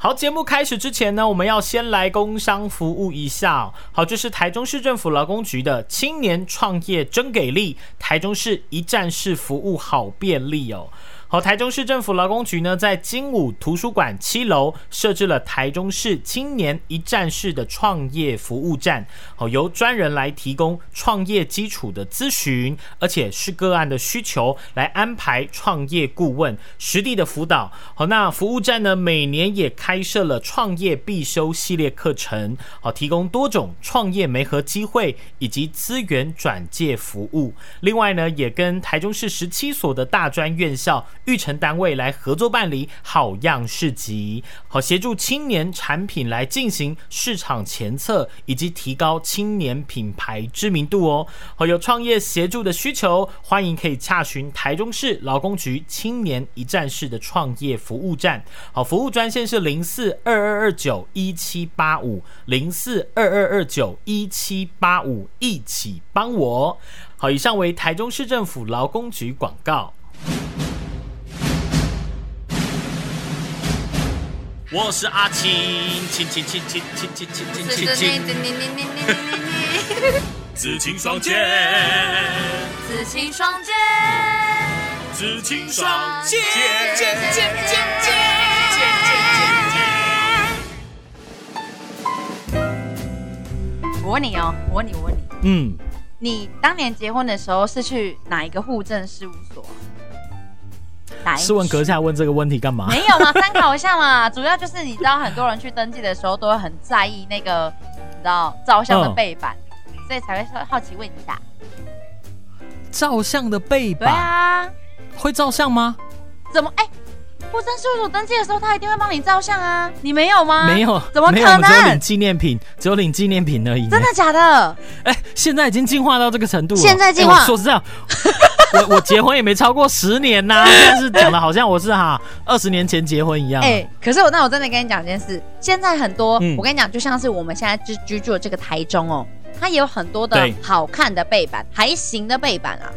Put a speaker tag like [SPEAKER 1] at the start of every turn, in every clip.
[SPEAKER 1] 好，节目开始之前呢，我们要先来工商服务一下、哦。好，这是台中市政府劳工局的青年创业真给力，台中市一站式服务好便利哦。好，台中市政府劳工局呢，在金武图书馆七楼设置了台中市青年一站式的创业服务站，好，由专人来提供创业基础的咨询，而且是个案的需求来安排创业顾问实地的辅导。好，那服务站呢，每年也开设了创业必修系列课程，好，提供多种创业媒合机会以及资源转介服务。另外呢，也跟台中市十七所的大专院校。育成单位来合作办理好样市集，好协助青年产品来进行市场前测，以及提高青年品牌知名度哦。好有创业协助的需求，欢迎可以洽询台中市劳工局青年一站式的创业服务站。好，服务专线是零四二二二九一七八五零四二二二九一七八五，一起帮我。好，以上为台中市政府劳工局广告。我是阿青，青青青青青青青青青青，紫青双剑，
[SPEAKER 2] 紫青双剑，
[SPEAKER 1] 紫青
[SPEAKER 2] 双
[SPEAKER 1] 剑，剑剑剑剑
[SPEAKER 2] 我问你哦，我问你，我问你，
[SPEAKER 1] 嗯，
[SPEAKER 2] 你当年结婚的时候是去哪一个户政事务所啊？哪一
[SPEAKER 1] 试问阁下问这个问题干嘛？
[SPEAKER 2] 没有嘛，参考一下嘛。主要就是你知道，很多人去登记的时候都会很在意那个，你知道照相的背板，所以才会说好奇问一下。
[SPEAKER 1] 照相的背
[SPEAKER 2] 对
[SPEAKER 1] 板
[SPEAKER 2] 啊，
[SPEAKER 1] 会照相吗？
[SPEAKER 2] 怎么哎？户政事务所登记的时候，他一定会帮你照相啊，你没有吗？
[SPEAKER 1] 没有，
[SPEAKER 2] 怎么
[SPEAKER 1] 没
[SPEAKER 2] 可
[SPEAKER 1] 有，我们只有领
[SPEAKER 2] 能？
[SPEAKER 1] 纪念品，只有领纪念品而已。
[SPEAKER 2] 真的？假的？
[SPEAKER 1] 哎，现在已经进化到这个程度了。
[SPEAKER 2] 现在进化
[SPEAKER 1] 哎我说 实在，我我结婚也没超过十年 呐，现在是讲的好像我是哈二十年前结婚一样。
[SPEAKER 2] 哎、可是我那我真的跟你讲一件事，现在很多，
[SPEAKER 1] 嗯
[SPEAKER 2] 我跟你讲，就像是我们现在居居住的这个台中哦，它也有很多的
[SPEAKER 1] 对
[SPEAKER 2] 好看的背板，还行的背板啊。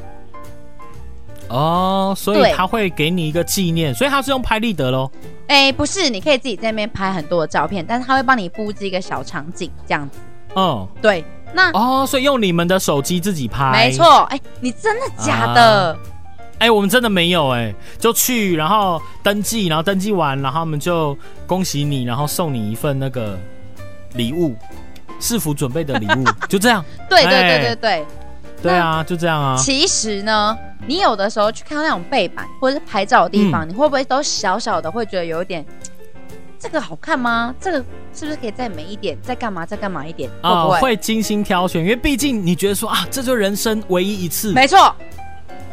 [SPEAKER 1] 哦，所以
[SPEAKER 2] 对
[SPEAKER 1] 他会给你一个纪念，所以他是用拍立得喽。
[SPEAKER 2] 哎、不是，你可以自己在那边拍很多的照片，但是它会帮你布置一个小场景这样子。
[SPEAKER 1] 嗯，
[SPEAKER 2] 对，那、
[SPEAKER 1] 哦，所以用你们的手机自己拍，
[SPEAKER 2] 没。错。哎、你真的假的？
[SPEAKER 1] 哎、我们真的没有哎、就去然后登记，然后登记完，然后他们就恭喜你，然后送你一份那个礼物，市府准备的礼 物，就这样。
[SPEAKER 2] 对对
[SPEAKER 1] 哎
[SPEAKER 2] 对对对。
[SPEAKER 1] 对啊，就这样啊。
[SPEAKER 2] 其实呢，你有的时候去看到那种背板或者是拍照的地
[SPEAKER 1] 嗯
[SPEAKER 2] 方，你会不会都小小的会觉得有一点，嘖这个好看吗？这个是不是可以再美一点？再干嘛？再干嘛一点？
[SPEAKER 1] 啊、
[SPEAKER 2] 会不会？
[SPEAKER 1] 会精心挑选，因为毕竟你觉得说啊，这就人生唯一一次，
[SPEAKER 2] 没错，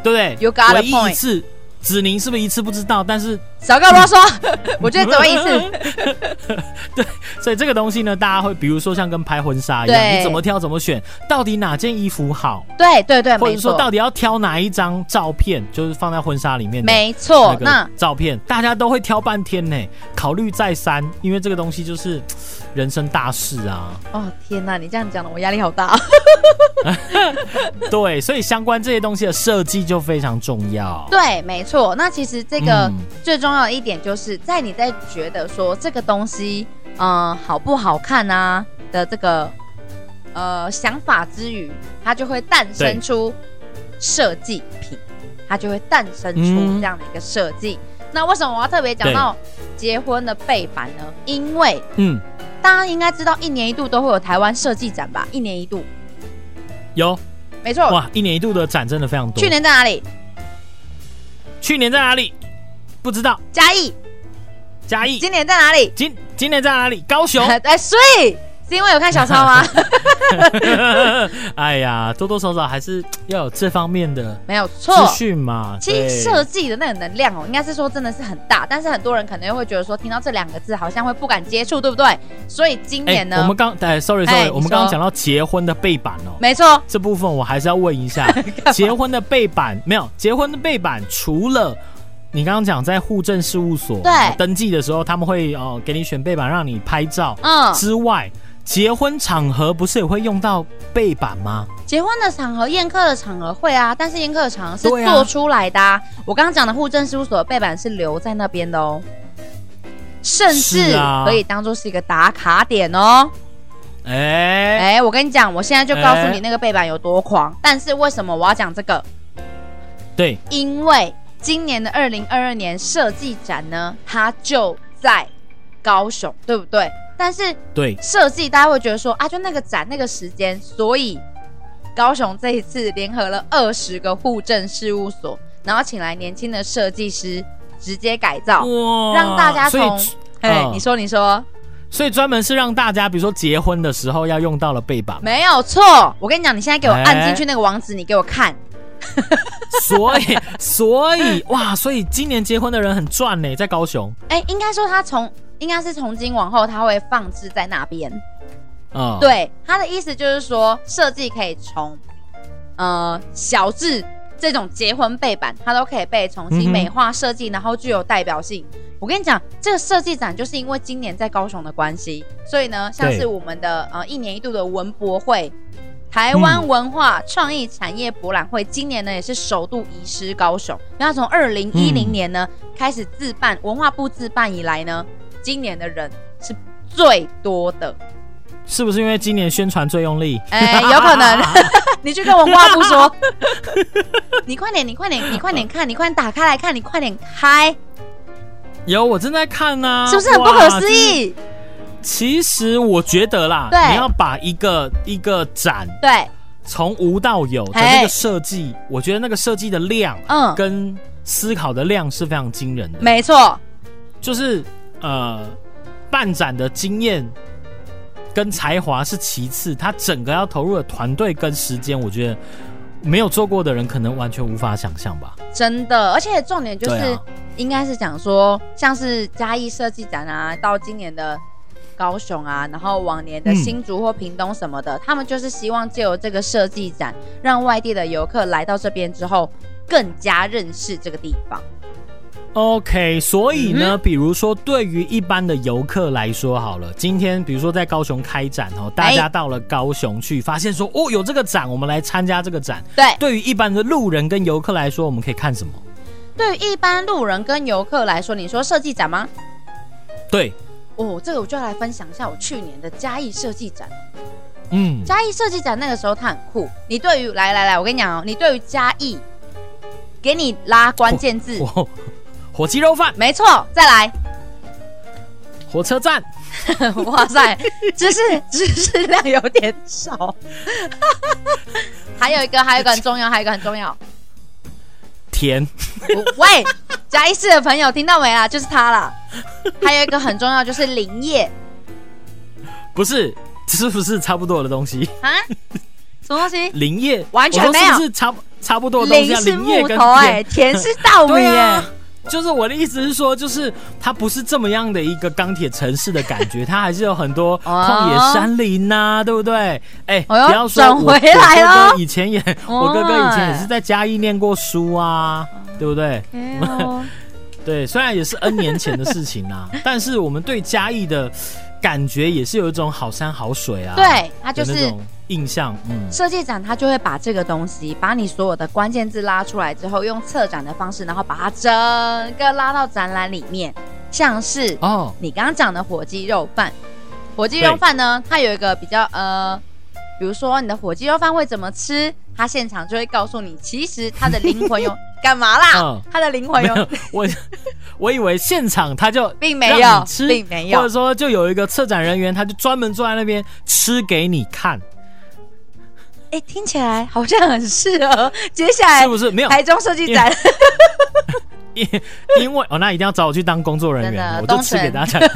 [SPEAKER 1] 对不对
[SPEAKER 2] You got a
[SPEAKER 1] 唯一一
[SPEAKER 2] point
[SPEAKER 1] 次，子宁是不是一次不知道，但是
[SPEAKER 2] 少跟我啰嗦。 我觉得只会一次，
[SPEAKER 1] 次。 对，所以这个东西呢，大家会比如说像跟拍婚纱一样，
[SPEAKER 2] 对
[SPEAKER 1] 你怎么挑怎么选，到底哪件衣服好，
[SPEAKER 2] 对对对，
[SPEAKER 1] 或
[SPEAKER 2] 没
[SPEAKER 1] 者说
[SPEAKER 2] 错，
[SPEAKER 1] 到底要挑哪一张照片，就是放在婚纱里面的
[SPEAKER 2] 没错。
[SPEAKER 1] 那
[SPEAKER 2] 那
[SPEAKER 1] 个照片，大家都会挑半天呢，考虑再三，因为这个东西就是嘖人生大事 啊。
[SPEAKER 2] 哦天哪，你这样讲的我压力好大。
[SPEAKER 1] 对，所以相关这些东西的设计就非常重要。
[SPEAKER 2] 对，没错。那其实这个
[SPEAKER 1] 嗯
[SPEAKER 2] 最重要的一点，就是在你在觉得说这个东西，嗯、好不好看啊的这个呃想法之余，它就会诞
[SPEAKER 1] 对
[SPEAKER 2] 生出设计品，它就会诞生出
[SPEAKER 1] 嗯
[SPEAKER 2] 这样的一个设计。那为什么我要特别讲
[SPEAKER 1] 对
[SPEAKER 2] 到结婚的背板呢？因为
[SPEAKER 1] 嗯，
[SPEAKER 2] 大家应该知道，一年一度都会有台湾设计展吧？一年一度，
[SPEAKER 1] 有
[SPEAKER 2] 没错。
[SPEAKER 1] 哇，一年一度的展真的非常多。
[SPEAKER 2] 去年在哪里？
[SPEAKER 1] 去年在哪里？不知道，
[SPEAKER 2] 嘉义。
[SPEAKER 1] 嘉义。
[SPEAKER 2] 今年在哪里？
[SPEAKER 1] 今今年在哪里？高雄。
[SPEAKER 2] 哎，所以是因为有看小抄 吗？
[SPEAKER 1] 哎呀，多多少少还是要有这方面的
[SPEAKER 2] 没有
[SPEAKER 1] 资
[SPEAKER 2] 错。
[SPEAKER 1] 讯嘛。
[SPEAKER 2] 其实
[SPEAKER 1] 对
[SPEAKER 2] 设计的那个能量哦，应该是说真的是很大，但是很多人可能又会觉得说，听到这两个字好像会不敢接触，对不对？所以今
[SPEAKER 1] 哎
[SPEAKER 2] 年呢，
[SPEAKER 1] 我们刚哎，sorry
[SPEAKER 2] 哎
[SPEAKER 1] sorry，、
[SPEAKER 2] 你
[SPEAKER 1] 我们刚刚
[SPEAKER 2] 说
[SPEAKER 1] 讲到结婚的背板哦。
[SPEAKER 2] 没错，
[SPEAKER 1] 这部分我还是要问一 下，结婚的背板没有？结婚的背板除了你刚刚讲在户政事务所
[SPEAKER 2] 对
[SPEAKER 1] 呃登记的时候，他们会哦给你选背板让你拍照、
[SPEAKER 2] 嗯，
[SPEAKER 1] 之外，结婚场合不是也会用到背板吗？
[SPEAKER 2] 结婚的场合、宴客的场合会啊，但是宴客的场合是
[SPEAKER 1] 对啊
[SPEAKER 2] 做出来的、啊。我刚刚讲的户政事务所的背板是留在那边的哦，甚
[SPEAKER 1] 是
[SPEAKER 2] 至
[SPEAKER 1] 啊
[SPEAKER 2] 可以当做是一个打卡点哦。
[SPEAKER 1] 哎、
[SPEAKER 2] 哎、我跟你讲，我现在就告诉
[SPEAKER 1] 哎
[SPEAKER 2] 你那个背板有多狂。但是为什么我要讲这个？
[SPEAKER 1] 对，
[SPEAKER 2] 因为今年的二零二二年设计展呢，它就在高雄，对不对？但是
[SPEAKER 1] 对，
[SPEAKER 2] 设计大家会觉得说啊，就那个展那个时间，所以高雄这一次联合了二十个户政事务所，然后请来年轻的设计师直接改造，
[SPEAKER 1] 哇
[SPEAKER 2] 让大家
[SPEAKER 1] 所以
[SPEAKER 2] 从哎、
[SPEAKER 1] 嗯
[SPEAKER 2] 你说你说
[SPEAKER 1] 所以专门是让大家，比如说结婚的时候要用到了背 板，
[SPEAKER 2] 没有错，我跟你讲，你现在给我按
[SPEAKER 1] 哎
[SPEAKER 2] 进去那个网址，你给我看，
[SPEAKER 1] 所以所以哇，所以今年结婚的人很赚呢，在高雄，
[SPEAKER 2] 哎、应该说他从应该是从今往后他会放置在那边。
[SPEAKER 1] 嗯，，
[SPEAKER 2] 对，他的意思就是说，设计可以从呃小至这种结婚背板，它都可以被重
[SPEAKER 1] 嗯
[SPEAKER 2] 新
[SPEAKER 1] 哼
[SPEAKER 2] 美化设计，然后具有代表性。我跟你讲，这个设计展就是因为今年在高雄的关系，所以呢，像
[SPEAKER 1] 对
[SPEAKER 2] 是我们的呃一年一度的文博会。台湾
[SPEAKER 1] 嗯
[SPEAKER 2] 文化创意产业博览会、今年呢也是首度移师高雄，那从二零一零
[SPEAKER 1] 嗯
[SPEAKER 2] 年呢、开始自办，文化部自办以来呢，今年的人是最多的，
[SPEAKER 1] 是不是因为今年宣传最用力？
[SPEAKER 2] 哎、有 可能，你去跟文化部说，你快点，你快点，你快点看，你快点打开来看，你快点开，
[SPEAKER 1] 有，我正在看呢、
[SPEAKER 2] 是不是很不可思议？
[SPEAKER 1] 其实我觉得啦，
[SPEAKER 2] 对
[SPEAKER 1] 你要把一个一个展
[SPEAKER 2] 对，
[SPEAKER 1] 从无到有的
[SPEAKER 2] 哎
[SPEAKER 1] 那个设计，我觉得那个设计的量
[SPEAKER 2] 嗯，
[SPEAKER 1] 跟思考的量是非常惊人的，
[SPEAKER 2] 没错，
[SPEAKER 1] 就是呃，办展的经验。跟才华是其次，他整个要投入的团队跟时间，我觉得没有做过的人可能完全无法想象吧。
[SPEAKER 2] 真的，而且重点就是，
[SPEAKER 1] 对啊
[SPEAKER 2] 应该是讲说，像是嘉义设计展啊，到今年的。高雄啊，然后往年的
[SPEAKER 1] 嗯
[SPEAKER 2] 新竹或屏东什么的，他们就是希望借由这个设计展，让外地的游客来到这边之后，更加认识这个地方。
[SPEAKER 1] OK，所以呢，
[SPEAKER 2] 嗯
[SPEAKER 1] 比如说对于一般的游客来说，好了，今天比如说在高雄开展哦，大家到了高雄去，发现说哦有这个展，我们来参加这个展。
[SPEAKER 2] 对，
[SPEAKER 1] 对于一般的路人跟游客来说，我们可以看什么？
[SPEAKER 2] 对于一般路人跟游客来说，你说设计展吗？
[SPEAKER 1] 对，
[SPEAKER 2] 哦，这个我就要来分享一下我去年的嘉义设计展。
[SPEAKER 1] 嗯，
[SPEAKER 2] 嘉义设计展那个时候它很酷。你对于来来来，我跟你讲哦，你对于嘉义，给你拉关键字，
[SPEAKER 1] 火 火鸡肉饭、
[SPEAKER 2] 没错，再来，
[SPEAKER 1] 火车站，
[SPEAKER 2] 哇塞，知识知识量有点少。还有一个，还有一个很重要，还有一个很重要。
[SPEAKER 1] 甜，
[SPEAKER 2] 我喂，嘉义市的朋友听到没啦？啊就是它啦。还有一个很重要，就是林业
[SPEAKER 1] 不是是不是差不多的东 西？
[SPEAKER 2] 啊，什么东西？
[SPEAKER 1] 林业
[SPEAKER 2] 完全
[SPEAKER 1] 我说
[SPEAKER 2] 没
[SPEAKER 1] 是
[SPEAKER 2] 有
[SPEAKER 1] 不是差不差不多的东西
[SPEAKER 2] 林
[SPEAKER 1] 啊？
[SPEAKER 2] 是
[SPEAKER 1] 林业
[SPEAKER 2] 木
[SPEAKER 1] 跟
[SPEAKER 2] 头、哎，
[SPEAKER 1] 田
[SPEAKER 2] 田是稻米、
[SPEAKER 1] 对啊
[SPEAKER 2] 哎、
[SPEAKER 1] 呀、就是我的意思是说，就是它不是这么样的一个钢铁城市的感觉，它还是有很多旷野山林呐、对不对？哎、
[SPEAKER 2] 哦哎呦
[SPEAKER 1] 不要说
[SPEAKER 2] 转
[SPEAKER 1] 我
[SPEAKER 2] 回来
[SPEAKER 1] 我
[SPEAKER 2] 了
[SPEAKER 1] 哥哥以前也，我哥哥以前也是在嘉义念过书啊，对不对？
[SPEAKER 2] 没 有
[SPEAKER 1] 对，虽然也是 N 年前的事情 啦、但是我们对嘉义的感觉也是有一种好山好水啊，
[SPEAKER 2] 对，它就
[SPEAKER 1] 的那
[SPEAKER 2] 是
[SPEAKER 1] 种印象，嗯，
[SPEAKER 2] 设计展，它就会把这个东西，把你所有的关键字拉出来之后，用策展的方式，然后把它整个拉到展览里面，像是
[SPEAKER 1] 哦，
[SPEAKER 2] 你刚刚讲的火鸡肉饭。火鸡肉饭呢，它有一个比较呃，比如说你的火鸡肉饭会怎么吃，它现场就会告诉你，其实它的灵魂有干嘛 啦
[SPEAKER 1] 嗯？
[SPEAKER 2] 它的灵魂
[SPEAKER 1] 没
[SPEAKER 2] 有
[SPEAKER 1] 有，我我以为现场他就
[SPEAKER 2] 并没
[SPEAKER 1] 让你
[SPEAKER 2] 有，
[SPEAKER 1] 吃
[SPEAKER 2] 并没有
[SPEAKER 1] 或者，说就有一个策展人员，他就专门坐在那边吃给你看，
[SPEAKER 2] 哎、听起来好像很适合接下来
[SPEAKER 1] 是不是？没有，
[SPEAKER 2] 台中设计展。
[SPEAKER 1] 因 因为哦，那一定要找我去当工作人员了，我
[SPEAKER 2] 真的
[SPEAKER 1] 就吃给大家。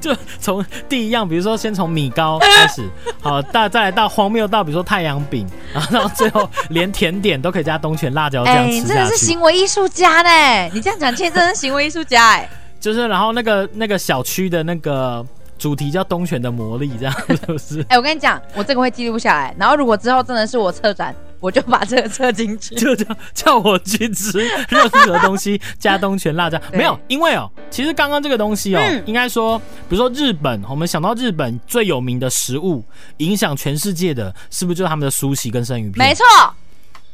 [SPEAKER 1] 就从第一样，比如说先从米糕开始，好，大再来到荒谬到比如说太阳饼，然后到最后连甜点都可以加东泉辣椒酱
[SPEAKER 2] 哎、你
[SPEAKER 1] 吃
[SPEAKER 2] 真
[SPEAKER 1] 下
[SPEAKER 2] 的是
[SPEAKER 1] 去，
[SPEAKER 2] 行为艺术家呢！你这样讲，其实真的是行为艺术家哎、
[SPEAKER 1] 就是然后那个那个小区的那个主题叫东泉的魔力，这样 是不是？
[SPEAKER 2] 哎、我跟你讲，我这个会记录下来，然后如果之后真的是我策展，我就把这个策进去。
[SPEAKER 1] 就叫叫我去吃任何东西加东泉 辣椒，
[SPEAKER 2] 对
[SPEAKER 1] 没有，因为哦，其实刚刚这个东西哦，
[SPEAKER 2] 嗯
[SPEAKER 1] 应该说，比如说日本，我们想到日本最有名的食物，影响全世界的是不是就是他们的苏西跟生鱼片？
[SPEAKER 2] 没错，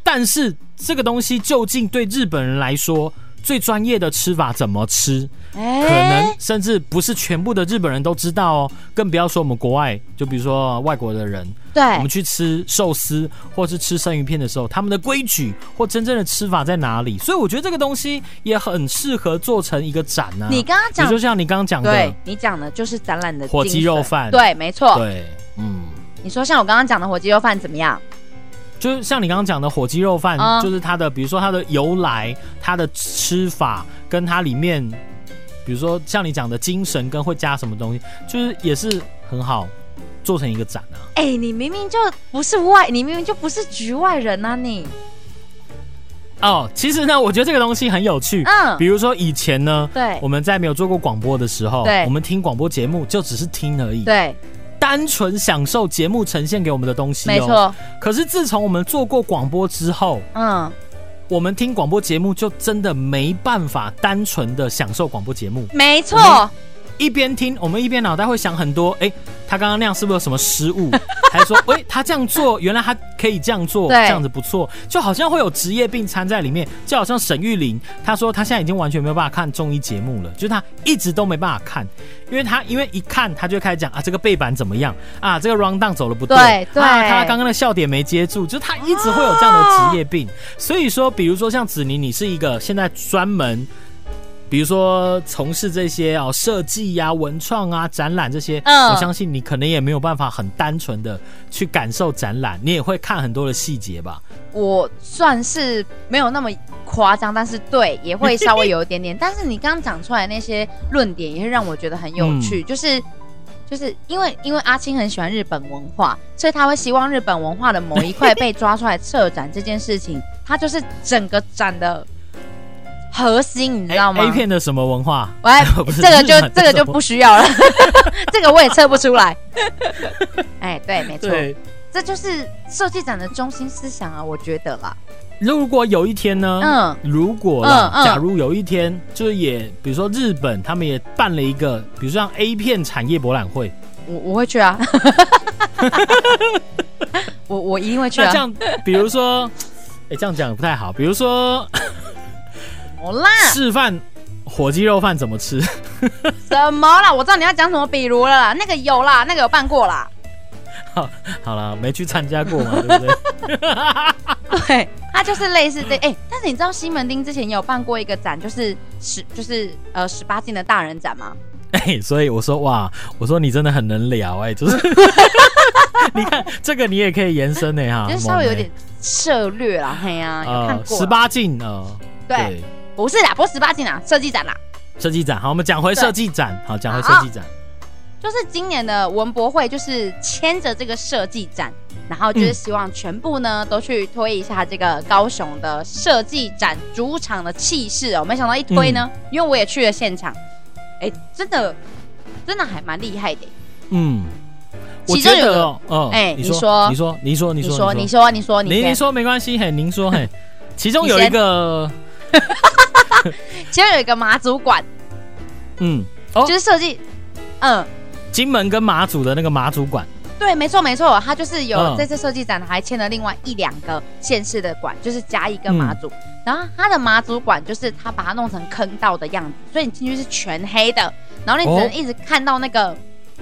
[SPEAKER 1] 但是这个东西究竟对日本人来说最专业的吃法怎么吃，
[SPEAKER 2] 哎、
[SPEAKER 1] 可能甚至不是全部的日本人都知道哦，更不要说我们国外，就比如说外国的人，我们
[SPEAKER 2] 对，
[SPEAKER 1] 去吃寿司或是吃生鱼片的时候，他们的规矩或真正的吃法在哪里？所以我觉得这个东西也很适合做成一个展呢、啊。
[SPEAKER 2] 你刚刚
[SPEAKER 1] 也
[SPEAKER 2] 讲
[SPEAKER 1] 就像你刚刚讲的
[SPEAKER 2] 对，你讲的就是展览的
[SPEAKER 1] 火鸡
[SPEAKER 2] 精髓
[SPEAKER 1] 肉饭
[SPEAKER 2] 对，没错。
[SPEAKER 1] 对，嗯。
[SPEAKER 2] 你说像我刚刚讲的火鸡肉饭怎么样？
[SPEAKER 1] 就是像你刚刚讲的火鸡肉饭，
[SPEAKER 2] 嗯
[SPEAKER 1] 就是它的，比如说它的由来、它的吃法，跟它里面，比如说像你讲的精神跟会加什么东西，就是也是很好做成一个展啊。
[SPEAKER 2] 哎、你明明就不是外，你明明就不是局外人啊你。
[SPEAKER 1] 哦，其实呢，我觉得这个东西很有趣。
[SPEAKER 2] 嗯
[SPEAKER 1] 比如说以前呢，
[SPEAKER 2] 对
[SPEAKER 1] 我们在没有做过广播的时候，
[SPEAKER 2] 对
[SPEAKER 1] 我们听广播节目就只是听而已，
[SPEAKER 2] 对，
[SPEAKER 1] 单纯享受节目呈现给我们的东西、哦。
[SPEAKER 2] 没。错，
[SPEAKER 1] 可是自从我们做过广播之后，
[SPEAKER 2] 嗯，
[SPEAKER 1] 我们听广播节目就真的没办法单纯的享受广播节目，
[SPEAKER 2] 没
[SPEAKER 1] 我
[SPEAKER 2] 错，
[SPEAKER 1] 一边听我们一边脑袋会想很多，哎、他刚刚那样是不是有什么失 误？还是说，哎、他这样做，原来他可以这样做，
[SPEAKER 2] 对
[SPEAKER 1] 这样子不错，就好像会有职业病掺在里面，就好像沈玉琳，她说她现在已经完全没有办法看综艺节目了，就是她一直都没办法看，因为她因为一看她就会开始讲啊这个背板怎么样 啊这个 round down 走了不对，
[SPEAKER 2] 对对
[SPEAKER 1] 啊她刚刚的笑点没接住，就是她一直会有这样的职业病，所以说，比如说像子宁，你是一个现在专门。比如说从事这些哦设计呀、文创啊、展览这些，
[SPEAKER 2] 嗯
[SPEAKER 1] 我相信你可能也没有办法很单纯的去感受展览，你也会看很多的细节吧？
[SPEAKER 2] 我算是没有那么夸张，但是对也会稍微有一点点。但是你刚刚讲出来那些论点，也是让我觉得很有
[SPEAKER 1] 嗯
[SPEAKER 2] 趣，就是。就是因为因为阿青很喜欢日本文化，所以他会希望日本文化的某一块被抓出来策展这件事情，它就是整个展的核心，你知道吗
[SPEAKER 1] A A 片的什么文化？
[SPEAKER 2] 喂
[SPEAKER 1] 不，是
[SPEAKER 2] 这个
[SPEAKER 1] 日
[SPEAKER 2] 就
[SPEAKER 1] 本
[SPEAKER 2] 这个就不需要了，这个我也测不出 来。哎，对，没错，
[SPEAKER 1] 对，
[SPEAKER 2] 这就是设计展的中心思想啊，我觉得啦。
[SPEAKER 1] 如果有一天呢？
[SPEAKER 2] 嗯，
[SPEAKER 1] 如果啦
[SPEAKER 2] 嗯嗯
[SPEAKER 1] 假如有一天，就是也，比如说日本，他们也办了一个，比如说像 A 片产业博览会，
[SPEAKER 2] 我我会去啊， 我我一定会去
[SPEAKER 1] 那
[SPEAKER 2] 啊
[SPEAKER 1] 这。样，比如说， 哎、这样讲不太好，比如说
[SPEAKER 2] 嗯好啦，
[SPEAKER 1] 示范火鸡肉饭怎么吃，
[SPEAKER 2] 什么啦？我知道你要讲什么，比如了啦，那个有啦，那个有办过啦。
[SPEAKER 1] 好了，没去参加过嘛，对不对？
[SPEAKER 2] 对，它就是类似这哎、但是你知道西门町之前也有办过一个展，就是十就是呃十八禁的大人展吗？
[SPEAKER 1] 哎、所以我说哇，我说你真的很能聊哎、就是 你看这个你也可以延伸哎、哈，
[SPEAKER 2] 就是稍微有点涉略啦，嘿呀、有看过啦。
[SPEAKER 1] 欸啊十八禁呃，
[SPEAKER 2] 对，不是啦，不是十八禁啦，设计展啦，
[SPEAKER 1] 设计展好，我们讲回
[SPEAKER 2] 对
[SPEAKER 1] 设计展，好，讲回
[SPEAKER 2] 好
[SPEAKER 1] 设计展，
[SPEAKER 2] 就是今年的文博会，就是牵着这个设计展，然后就是
[SPEAKER 1] 嗯
[SPEAKER 2] 希望全部呢、都去推一下这个高雄的设计展主场的气势哦。没想到一推呢，因为我也去了现场，哎，真的真的还蛮厉害的。
[SPEAKER 1] 嗯，我
[SPEAKER 2] 其
[SPEAKER 1] 觉
[SPEAKER 2] 中有
[SPEAKER 1] 得哦，嗯，
[SPEAKER 2] 哎
[SPEAKER 1] 你
[SPEAKER 2] 你说
[SPEAKER 1] 你说，你说，你
[SPEAKER 2] 你
[SPEAKER 1] 说，
[SPEAKER 2] 说，你说，你说，
[SPEAKER 1] 您
[SPEAKER 2] 先
[SPEAKER 1] 您说没关系，嘿，您说嘿，其中
[SPEAKER 2] 你
[SPEAKER 1] 有一
[SPEAKER 2] 先
[SPEAKER 1] 个，
[SPEAKER 2] 其中有一个马祖馆，
[SPEAKER 1] 嗯，哦
[SPEAKER 2] 就是设计，嗯。
[SPEAKER 1] 金门跟马祖的那个马祖馆，
[SPEAKER 2] 对，没错没错，它就是有
[SPEAKER 1] 嗯
[SPEAKER 2] 这次设计展还签了另外一两个县市的馆，就是嘉义
[SPEAKER 1] 嗯
[SPEAKER 2] 跟马祖。然后它的马祖馆就是它把它弄成坑道的样子，所以你进去是全黑的，然后你只
[SPEAKER 1] 哦
[SPEAKER 2] 能一直看到那个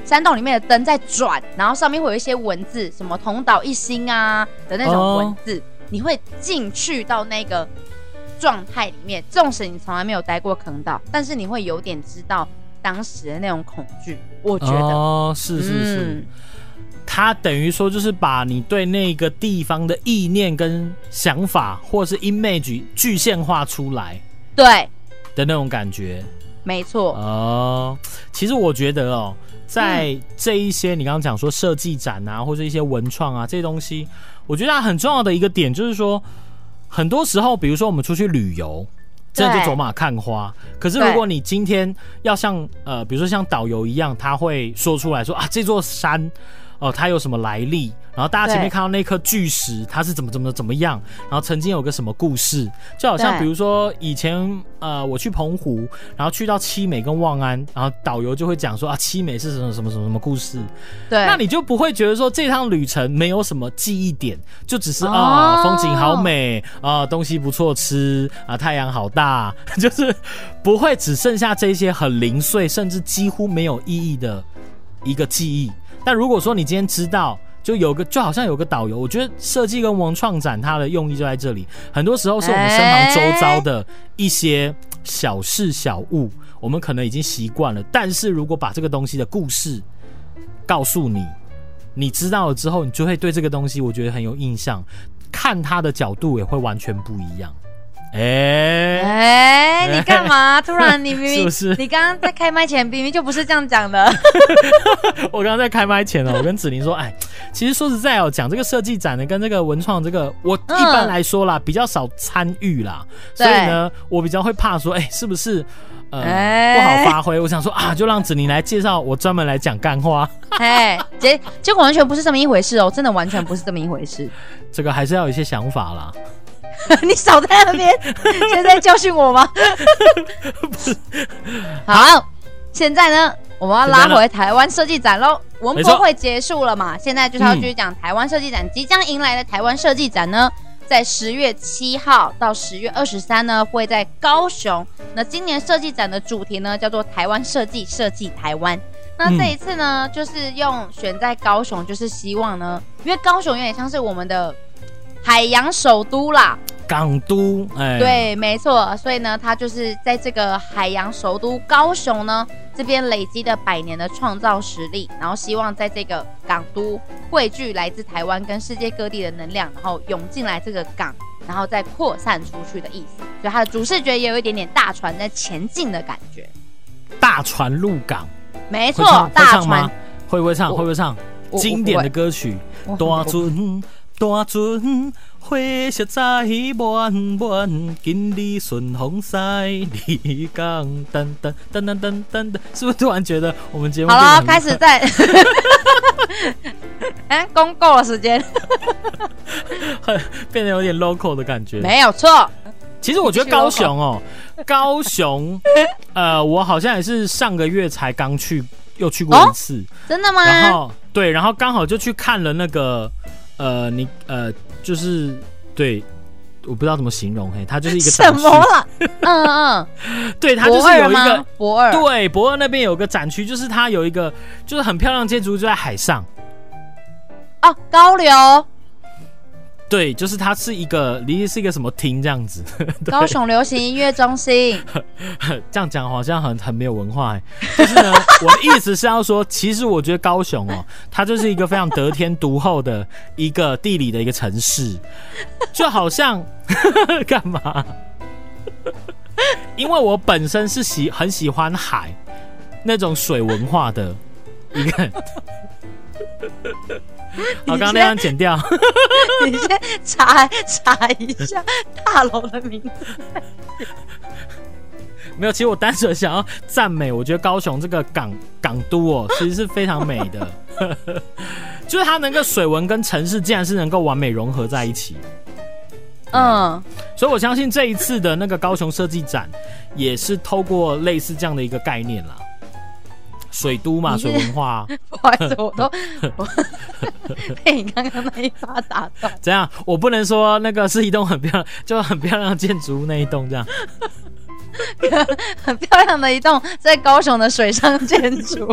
[SPEAKER 2] 山洞里面的灯在转，然后上面会有一些文字，什么“同岛一心”啊的那
[SPEAKER 1] 哦
[SPEAKER 2] 种文字，你会进去到那个。状态里面，纵使你从来没有待过坑道，但是你会有点知道当时的那种恐惧。我觉得，
[SPEAKER 1] 哦，是是是。
[SPEAKER 2] 嗯
[SPEAKER 1] 它等于说就是把你对那个地方的意念跟想法，或是 image 具现化出来
[SPEAKER 2] 对，
[SPEAKER 1] 的那种感觉
[SPEAKER 2] 没错，
[SPEAKER 1] 哦。其实我觉得哦，在这一些你刚刚讲说设计展啊，或者一些文创啊这些东西，我觉得它很重要的一个点就是说，很多时候，比如说我们出去旅游。这就
[SPEAKER 2] 对
[SPEAKER 1] 走马看花。可是如
[SPEAKER 2] 对
[SPEAKER 1] 果你今天要像呃，比如说像导游一样，他会说出来说啊，这座山哦、它有什么来历，然后大家前面看到那颗巨石，它是怎么怎么怎么样，然后曾经有个什么故事，就好像
[SPEAKER 2] 对
[SPEAKER 1] 比如说以前呃我去澎湖，然后去到七美跟望安，然后导游就会讲说啊七美是什么什么什么什么故事，
[SPEAKER 2] 对，
[SPEAKER 1] 那你就不会觉得说这趟旅程没有什么记忆点，就只是啊、
[SPEAKER 2] 哦
[SPEAKER 1] 风景好美啊、东西不错吃啊、太阳好大， 就是不会只剩下这些很零碎甚至几乎没有意义的一个记忆。但如果说你今天知道。就有个就好像有个导游，我觉得设计跟文创展它的用意就在这里，很多时候是我们身旁周遭的一些小事小物，我们可能已经习惯了，但是如果把这个东西的故事告诉你，你知道了之后，你就会对这个东西，我觉得很有印象，看它的角度也会完全不一样。哎、
[SPEAKER 2] 哎、你干嘛？突然你明 明
[SPEAKER 1] 是不是
[SPEAKER 2] 你刚刚在开麦前明明就不是这样讲的，
[SPEAKER 1] 我刚刚在开麦前 呢，我跟子玲说，哎，其实说实在哦，讲这个设计展呢，跟这个文创这个，我一般来说啦，比较少参与啦，所
[SPEAKER 2] 嗯对
[SPEAKER 1] 以呢，我比较会怕说，哎，是不是呃、
[SPEAKER 2] 哎
[SPEAKER 1] 不好发挥？我想说啊，就让子玲来介绍，我专门来讲干话，
[SPEAKER 2] 哎，结结果完全不是这么一回事哦，真的完全不是这么一回事。
[SPEAKER 1] 这个还是要有一些想法啦。
[SPEAKER 2] 你少在那边，现在教训我吗？ 好，现在呢，我们要拉回台湾设计展喽。文
[SPEAKER 1] 没
[SPEAKER 2] 博
[SPEAKER 1] 错
[SPEAKER 2] 会结束了嘛？现在就是要继续讲台湾设计展，即将迎来的台湾设计展呢，在十月七号到十月二十三呢，会在高雄。那今年设计展的主题呢，叫做“台湾设计，设计台湾”。那这一次呢，就是用选在高雄，就是希望呢，因为高雄有点像是我们的海洋首都啦，
[SPEAKER 1] 港都，哎，，
[SPEAKER 2] 对，没错，所以呢，它就是在这个海洋首都高雄呢这边累积的百年的创造实力，然后希望在这个港都汇聚来自台湾跟世界各地的能量，然后涌进来这个港，然后再扩散出去的意思。所以它的主视觉也有一点点大船在前进的感觉。
[SPEAKER 1] 大船入港。
[SPEAKER 2] 没
[SPEAKER 1] 会
[SPEAKER 2] 错
[SPEAKER 1] 唱，会
[SPEAKER 2] 大
[SPEAKER 1] 唱
[SPEAKER 2] 船
[SPEAKER 1] 吗？会不会唱？
[SPEAKER 2] 我
[SPEAKER 1] 会不会唱
[SPEAKER 2] 我
[SPEAKER 1] 经典的歌曲？
[SPEAKER 2] 我不
[SPEAKER 1] 大
[SPEAKER 2] 会
[SPEAKER 1] 船，大船，火色在满满，今日顺风驶离港，噔噔噔噔噔噔噔，是不是突然觉得我们节目
[SPEAKER 2] 好了，
[SPEAKER 1] 变得很
[SPEAKER 2] 开始在。哎，公够了时间，
[SPEAKER 1] 变得有点 local 的感觉？
[SPEAKER 2] 没有错。
[SPEAKER 1] 其实我觉得
[SPEAKER 2] 你继续
[SPEAKER 1] 高雄哦，高 雄，呃，我好像也是上个月才刚去，又去过
[SPEAKER 2] 哦
[SPEAKER 1] 一次。
[SPEAKER 2] 真的吗？
[SPEAKER 1] 然后对，然后刚好就去看了那个呃，你呃，就是对，我不知道怎么形容，嘿，它就是一个
[SPEAKER 2] 什
[SPEAKER 1] 展区，
[SPEAKER 2] 么了？嗯嗯，
[SPEAKER 1] 对，它就
[SPEAKER 2] 博
[SPEAKER 1] 是
[SPEAKER 2] 二
[SPEAKER 1] 有一个
[SPEAKER 2] 吗？博二，
[SPEAKER 1] 对，博尔那边有个展区，就是它有一个就是很漂亮的建筑物就在海上，
[SPEAKER 2] 哦，高流，
[SPEAKER 1] 对，就是它是一个离是一个什么厅这样子，
[SPEAKER 2] 高雄流行音乐中心。
[SPEAKER 1] 这样讲好像很很没有文化、欸，就是呢， 我的意思是要说，其实我觉得高雄哦，它就是一个非常得天独厚的一个地理的一个城市，就好像 干嘛？因为我本身是喜很喜欢海那种水文化的一个人。好，刚刚那样剪掉。
[SPEAKER 2] 你先查查一下大楼的名字。
[SPEAKER 1] 没有，其实我单纯想要赞美，我觉得高雄这个港港都哦，其实是非常美的， 就是它能够水文跟城市竟然是能够完美融合在一起，
[SPEAKER 2] 嗯，
[SPEAKER 1] 所以我相信这一次的那个高雄设计展也是透过类似这样的一个概念啦，水都嘛，
[SPEAKER 2] 你是
[SPEAKER 1] 水文化啊、
[SPEAKER 2] 不好意思，我 都我被你刚刚那一发打断。
[SPEAKER 1] 怎样？我不能说那个是一栋很漂亮，就很漂亮的建筑物那一栋这样，
[SPEAKER 2] 很漂亮的一栋在高雄的水上建 筑。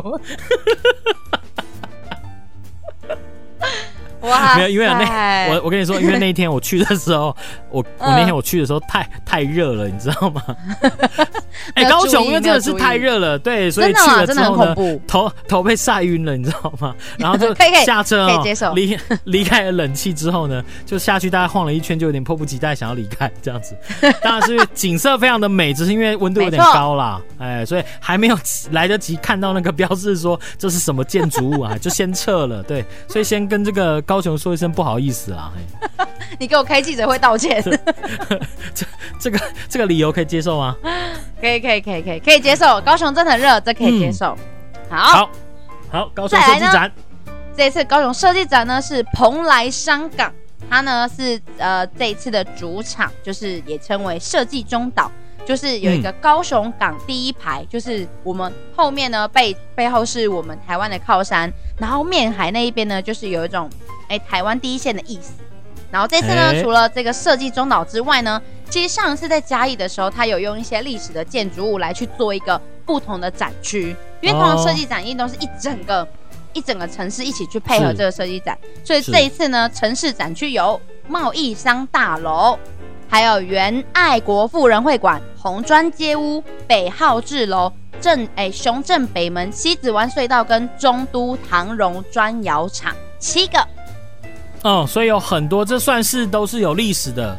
[SPEAKER 2] 哇
[SPEAKER 1] 没有，因为那
[SPEAKER 2] 塞
[SPEAKER 1] 我我跟你说，因为那一天我去的时候，我我那天
[SPEAKER 2] 嗯
[SPEAKER 1] 我去的时候太太热了，你知道 吗？哎、
[SPEAKER 2] 没有
[SPEAKER 1] 高
[SPEAKER 2] 注意
[SPEAKER 1] 雄因为真的是
[SPEAKER 2] 没有注意
[SPEAKER 1] 太热了，对，所以
[SPEAKER 2] 真
[SPEAKER 1] 去
[SPEAKER 2] 的啦，
[SPEAKER 1] 了
[SPEAKER 2] 真
[SPEAKER 1] 之
[SPEAKER 2] 的很
[SPEAKER 1] 后呢
[SPEAKER 2] 恐，怖。
[SPEAKER 1] 头头被晒晕了，你知道 吗？然后就
[SPEAKER 2] 可以可以
[SPEAKER 1] 下车、哦，
[SPEAKER 2] 可以接受
[SPEAKER 1] 离 离开了冷气之后呢，就下去大概晃了一圈，就有点迫不及待想要离开这样 子。当然是因为景色非常的美，只是因为温度有点
[SPEAKER 2] 没错
[SPEAKER 1] 高啦，哎，所以还没有来得及看到那个标志说这是什么建筑物啊，就 先撤了。对，所以先跟这个高雄说一声不好意思啦，哎，
[SPEAKER 2] 你给我开记者会道 歉。
[SPEAKER 1] 这个这个理由可以接受吗？
[SPEAKER 2] 可以可以可以可以可
[SPEAKER 1] 嗯
[SPEAKER 2] 以接受，高雄真的很热，这可以接受。好，
[SPEAKER 1] 好，好，高雄设计
[SPEAKER 2] 再来呢
[SPEAKER 1] 展，
[SPEAKER 2] 这一次高雄设计展呢是蓬莱商港，它呢是呃这一次的主场，就是也称为设计中岛，就是有一个高雄港第一排，就是我们后面呢背背后是我们台湾的靠山，然后面海那一边呢就是有一种哎、台湾第一线的意思。然后这次呢，
[SPEAKER 1] 哎
[SPEAKER 2] 除了这个设计中岛之外呢，其实上一次在嘉义的时候，它有用一些历史的建筑物来去做一个不同的展区，因为通常
[SPEAKER 1] 哦
[SPEAKER 2] 设计展一定都是一整个、一整个城市一起去配合
[SPEAKER 1] 是
[SPEAKER 2] 这个设计展，所以
[SPEAKER 1] 是
[SPEAKER 2] 这一次呢，城市展区有贸易商大楼，还有仁爱国富人会馆、红砖街屋、北浩志楼、正哎雄镇北门、西子湾隧道跟中都唐荣砖窑厂七个。
[SPEAKER 1] 嗯，所以有很多，这算是都是有历史的，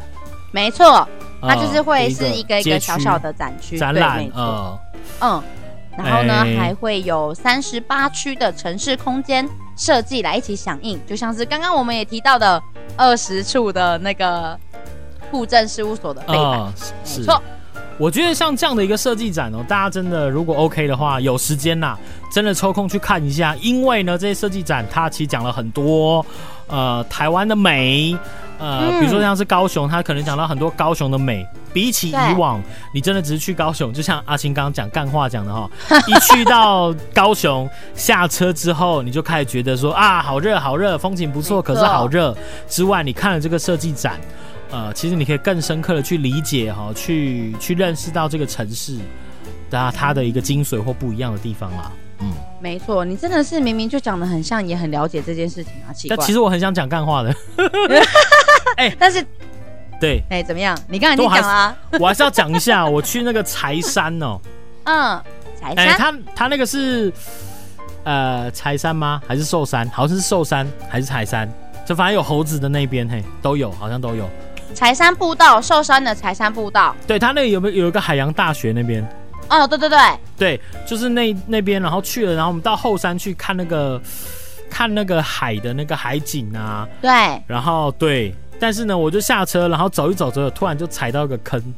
[SPEAKER 2] 没错，它
[SPEAKER 1] 嗯
[SPEAKER 2] 就是会是一个一
[SPEAKER 1] 街
[SPEAKER 2] 个
[SPEAKER 1] 区
[SPEAKER 2] 小小的展区
[SPEAKER 1] 展
[SPEAKER 2] 对
[SPEAKER 1] 览
[SPEAKER 2] 没，错，
[SPEAKER 1] 嗯，
[SPEAKER 2] 嗯，然后呢、
[SPEAKER 1] 哎
[SPEAKER 2] 还会有三十八区的城市空间设计来一起响应，就像是刚刚我们也提到的二十处的那个户政事务所的背板，
[SPEAKER 1] 嗯，
[SPEAKER 2] 没
[SPEAKER 1] 是。
[SPEAKER 2] 错，
[SPEAKER 1] 我觉得像这样的一个设计展哦，大家真的如果 OK 的话，有时间呐、真的抽空去看一下，因为呢，这些设计展它其实讲了很多，呃，台湾的美，呃，
[SPEAKER 2] 嗯
[SPEAKER 1] 比如说像是高雄，它可能讲到很多高雄的美。比起以
[SPEAKER 2] 对
[SPEAKER 1] 往，你真的只是去高雄，就像阿星刚刚讲干话讲的哈，一去到高雄下车之后，你就开始觉得说啊，好热好热，风景不错，
[SPEAKER 2] 没错
[SPEAKER 1] 可是好热。之外，你看了这个设计展，呃，其实你可以更深刻的去理解哈、去去认识到这个城市，它它的一个精髓或不一样的地方啦。嗯，
[SPEAKER 2] 没错，你真的是明明就讲的很像，也很了解这件事情啊，奇怪
[SPEAKER 1] 但，其实我很想讲干话 的，
[SPEAKER 2] 但是
[SPEAKER 1] 对
[SPEAKER 2] 哎、怎么样？你刚才已经
[SPEAKER 1] 都还
[SPEAKER 2] 讲
[SPEAKER 1] 是
[SPEAKER 2] 了、啊，
[SPEAKER 1] 我还是要讲一下，我去那个柴山哦，
[SPEAKER 2] 嗯，柴
[SPEAKER 1] 哎、
[SPEAKER 2] 山、
[SPEAKER 1] 他他那个是呃柴山吗？还是寿山？好像是寿山还是柴山？就反正有猴子的那边嘿，都有，好像都有。
[SPEAKER 2] 柴山步道，寿山的柴山步道，
[SPEAKER 1] 对他那里有没有有一个海洋大学那边？
[SPEAKER 2] 哦，对对对，
[SPEAKER 1] 对，就是那那边，然后去了，然后我们到后山去看那个看那个海的那个海景啊，
[SPEAKER 2] 对，
[SPEAKER 1] 然后对，但是呢，我就下车，然后走一走走，突然就踩到一个坑，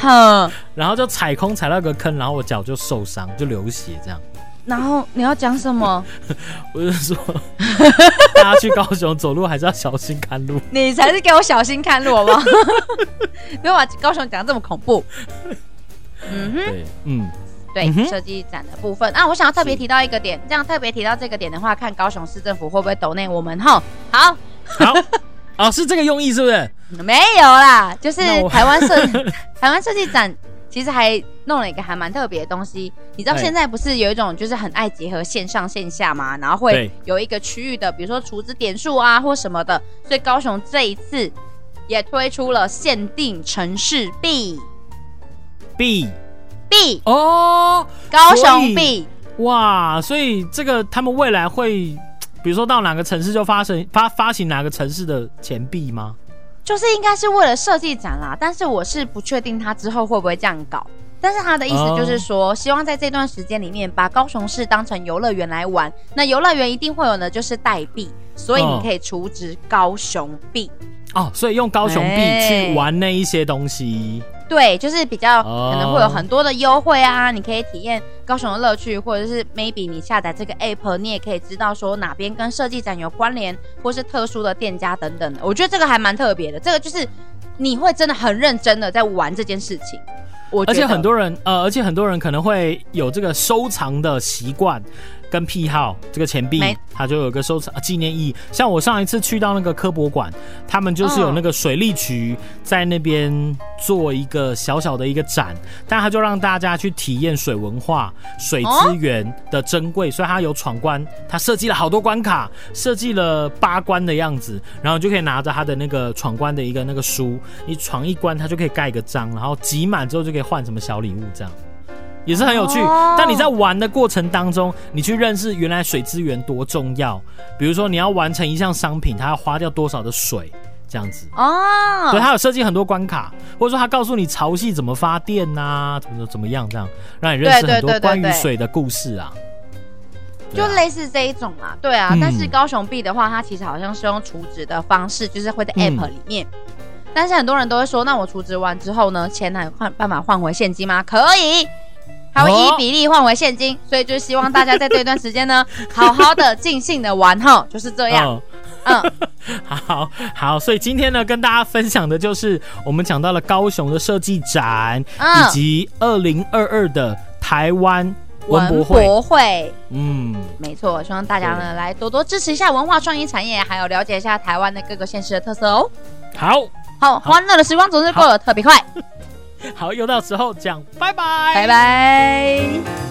[SPEAKER 2] 哼。
[SPEAKER 1] 然后就踩空踩到一个坑，然后我脚就受伤，就流血这样。
[SPEAKER 2] 然后你要讲什么？
[SPEAKER 1] 我就说， 大家去高雄走路还是要小心看路。
[SPEAKER 2] 你才是给我小心看路好 不好？不要把高雄讲得这么恐怖。嗯哼，
[SPEAKER 1] 对，嗯，嗯
[SPEAKER 2] 对，
[SPEAKER 1] 哼
[SPEAKER 2] 设计展的部分啊，我想要特别提到一个点，这样特别提到这个点的话，看高雄市政府会不会抖内我们吼。好，
[SPEAKER 1] 好，哦，是这个用意是不是？
[SPEAKER 2] 没有啦，就是
[SPEAKER 1] 那我
[SPEAKER 2] 台湾设 台湾设计展其实还弄了一个还蛮特别的东西。你知道
[SPEAKER 1] 哎
[SPEAKER 2] 现在不是有一种就是很爱结合线上线下嘛，然后会
[SPEAKER 1] 对
[SPEAKER 2] 有一个区域的，比如说厨子点数啊或什么的，所以高雄这一次也推出了限定城市币
[SPEAKER 1] B
[SPEAKER 2] 币
[SPEAKER 1] 哦，
[SPEAKER 2] 高
[SPEAKER 1] 所
[SPEAKER 2] 雄
[SPEAKER 1] 以
[SPEAKER 2] 币，
[SPEAKER 1] 哇，所以这个他们未来会，比如说到哪个城市就发行发发行哪个城市的钱币吗？
[SPEAKER 2] 就是应该是为了设计展啦，但是我是不确定他之后会不会这样搞。但是他的意思就是说，希望在这段时间里面把高雄市当成游乐园来玩。那游乐园一定会有呢，就是代币，所以
[SPEAKER 1] 哦
[SPEAKER 2] 你可以储值高雄币。
[SPEAKER 1] 哦，所以用高雄币
[SPEAKER 2] 哎
[SPEAKER 1] 去玩那一些东西，
[SPEAKER 2] 对，就是比较
[SPEAKER 1] 哦
[SPEAKER 2] 可能会有很多的优惠啊，你可以体验高雄的乐趣，或者是 maybe 你下载这个 app，你也可以知道说哪边跟设计展有关联，或是特殊的店家等等的。我觉得这个还蛮特别的，这个就是你会真的很认真的在玩这件事情。我觉
[SPEAKER 1] 而
[SPEAKER 2] 得
[SPEAKER 1] 且很多人呃，而且很多人可能会有这个收藏的习惯。跟癖好，这个钱币
[SPEAKER 2] 没
[SPEAKER 1] 它就有一个收藏呃纪念意义。像我上一次去到那个科博馆，他们就是有
[SPEAKER 2] 嗯
[SPEAKER 1] 那个水利局在那边做一个小小的一个展，但他就让大家去体验水文化、水资源的珍贵，所以他有闯关，他设计了好多关卡，设计了八关的样子，然后你就可以拿着他的那个闯关的一个那个书，你闯一关，他就可以盖一个章，然后集满之后就可以换什么小礼物这样。也是很有趣
[SPEAKER 2] 哦，
[SPEAKER 1] 但你在玩的过程当中，你去认识原来水资源多重要。比如说，你要完成一项商品，它要花掉多少的水，这样子。
[SPEAKER 2] 哦，
[SPEAKER 1] 对，它有设计很多关卡，或者说它告诉你潮汐怎么发电呐、怎么怎么样这样，让你认识
[SPEAKER 2] 对对
[SPEAKER 1] 很多
[SPEAKER 2] 对对
[SPEAKER 1] 关于
[SPEAKER 2] 对
[SPEAKER 1] 水的故事啊。对
[SPEAKER 2] 就
[SPEAKER 1] 啊
[SPEAKER 2] 类似这一种啦，对啊，
[SPEAKER 1] 嗯
[SPEAKER 2] 但是高雄币的话，它其实好像是用储值的方式，就是会在
[SPEAKER 1] 嗯
[SPEAKER 2] App 里面。但是很多人都会说，那我储值完之后呢，钱还有换办法换回现金吗？可以，他会
[SPEAKER 1] 哦
[SPEAKER 2] 以比例换为现金，所以就是希望大家在这一段时 间呢，好好的尽兴的玩哈，就是这样。
[SPEAKER 1] 嗯
[SPEAKER 2] 嗯，
[SPEAKER 1] 好好，所以今天呢，跟大家分享的就是我们讲到了高雄的设计展，
[SPEAKER 2] 嗯
[SPEAKER 1] 以及二零二二的台湾文博
[SPEAKER 2] 文
[SPEAKER 1] 会。
[SPEAKER 2] 博会，
[SPEAKER 1] 嗯，
[SPEAKER 2] 没错，希望大家呢来多多支持一下文化创意产业，还有了解一下台湾的各个县市的特色哦。
[SPEAKER 1] 好
[SPEAKER 2] 好，欢乐的时光总是过得特别快，
[SPEAKER 1] 好，又到时候讲，拜拜，
[SPEAKER 2] 拜拜。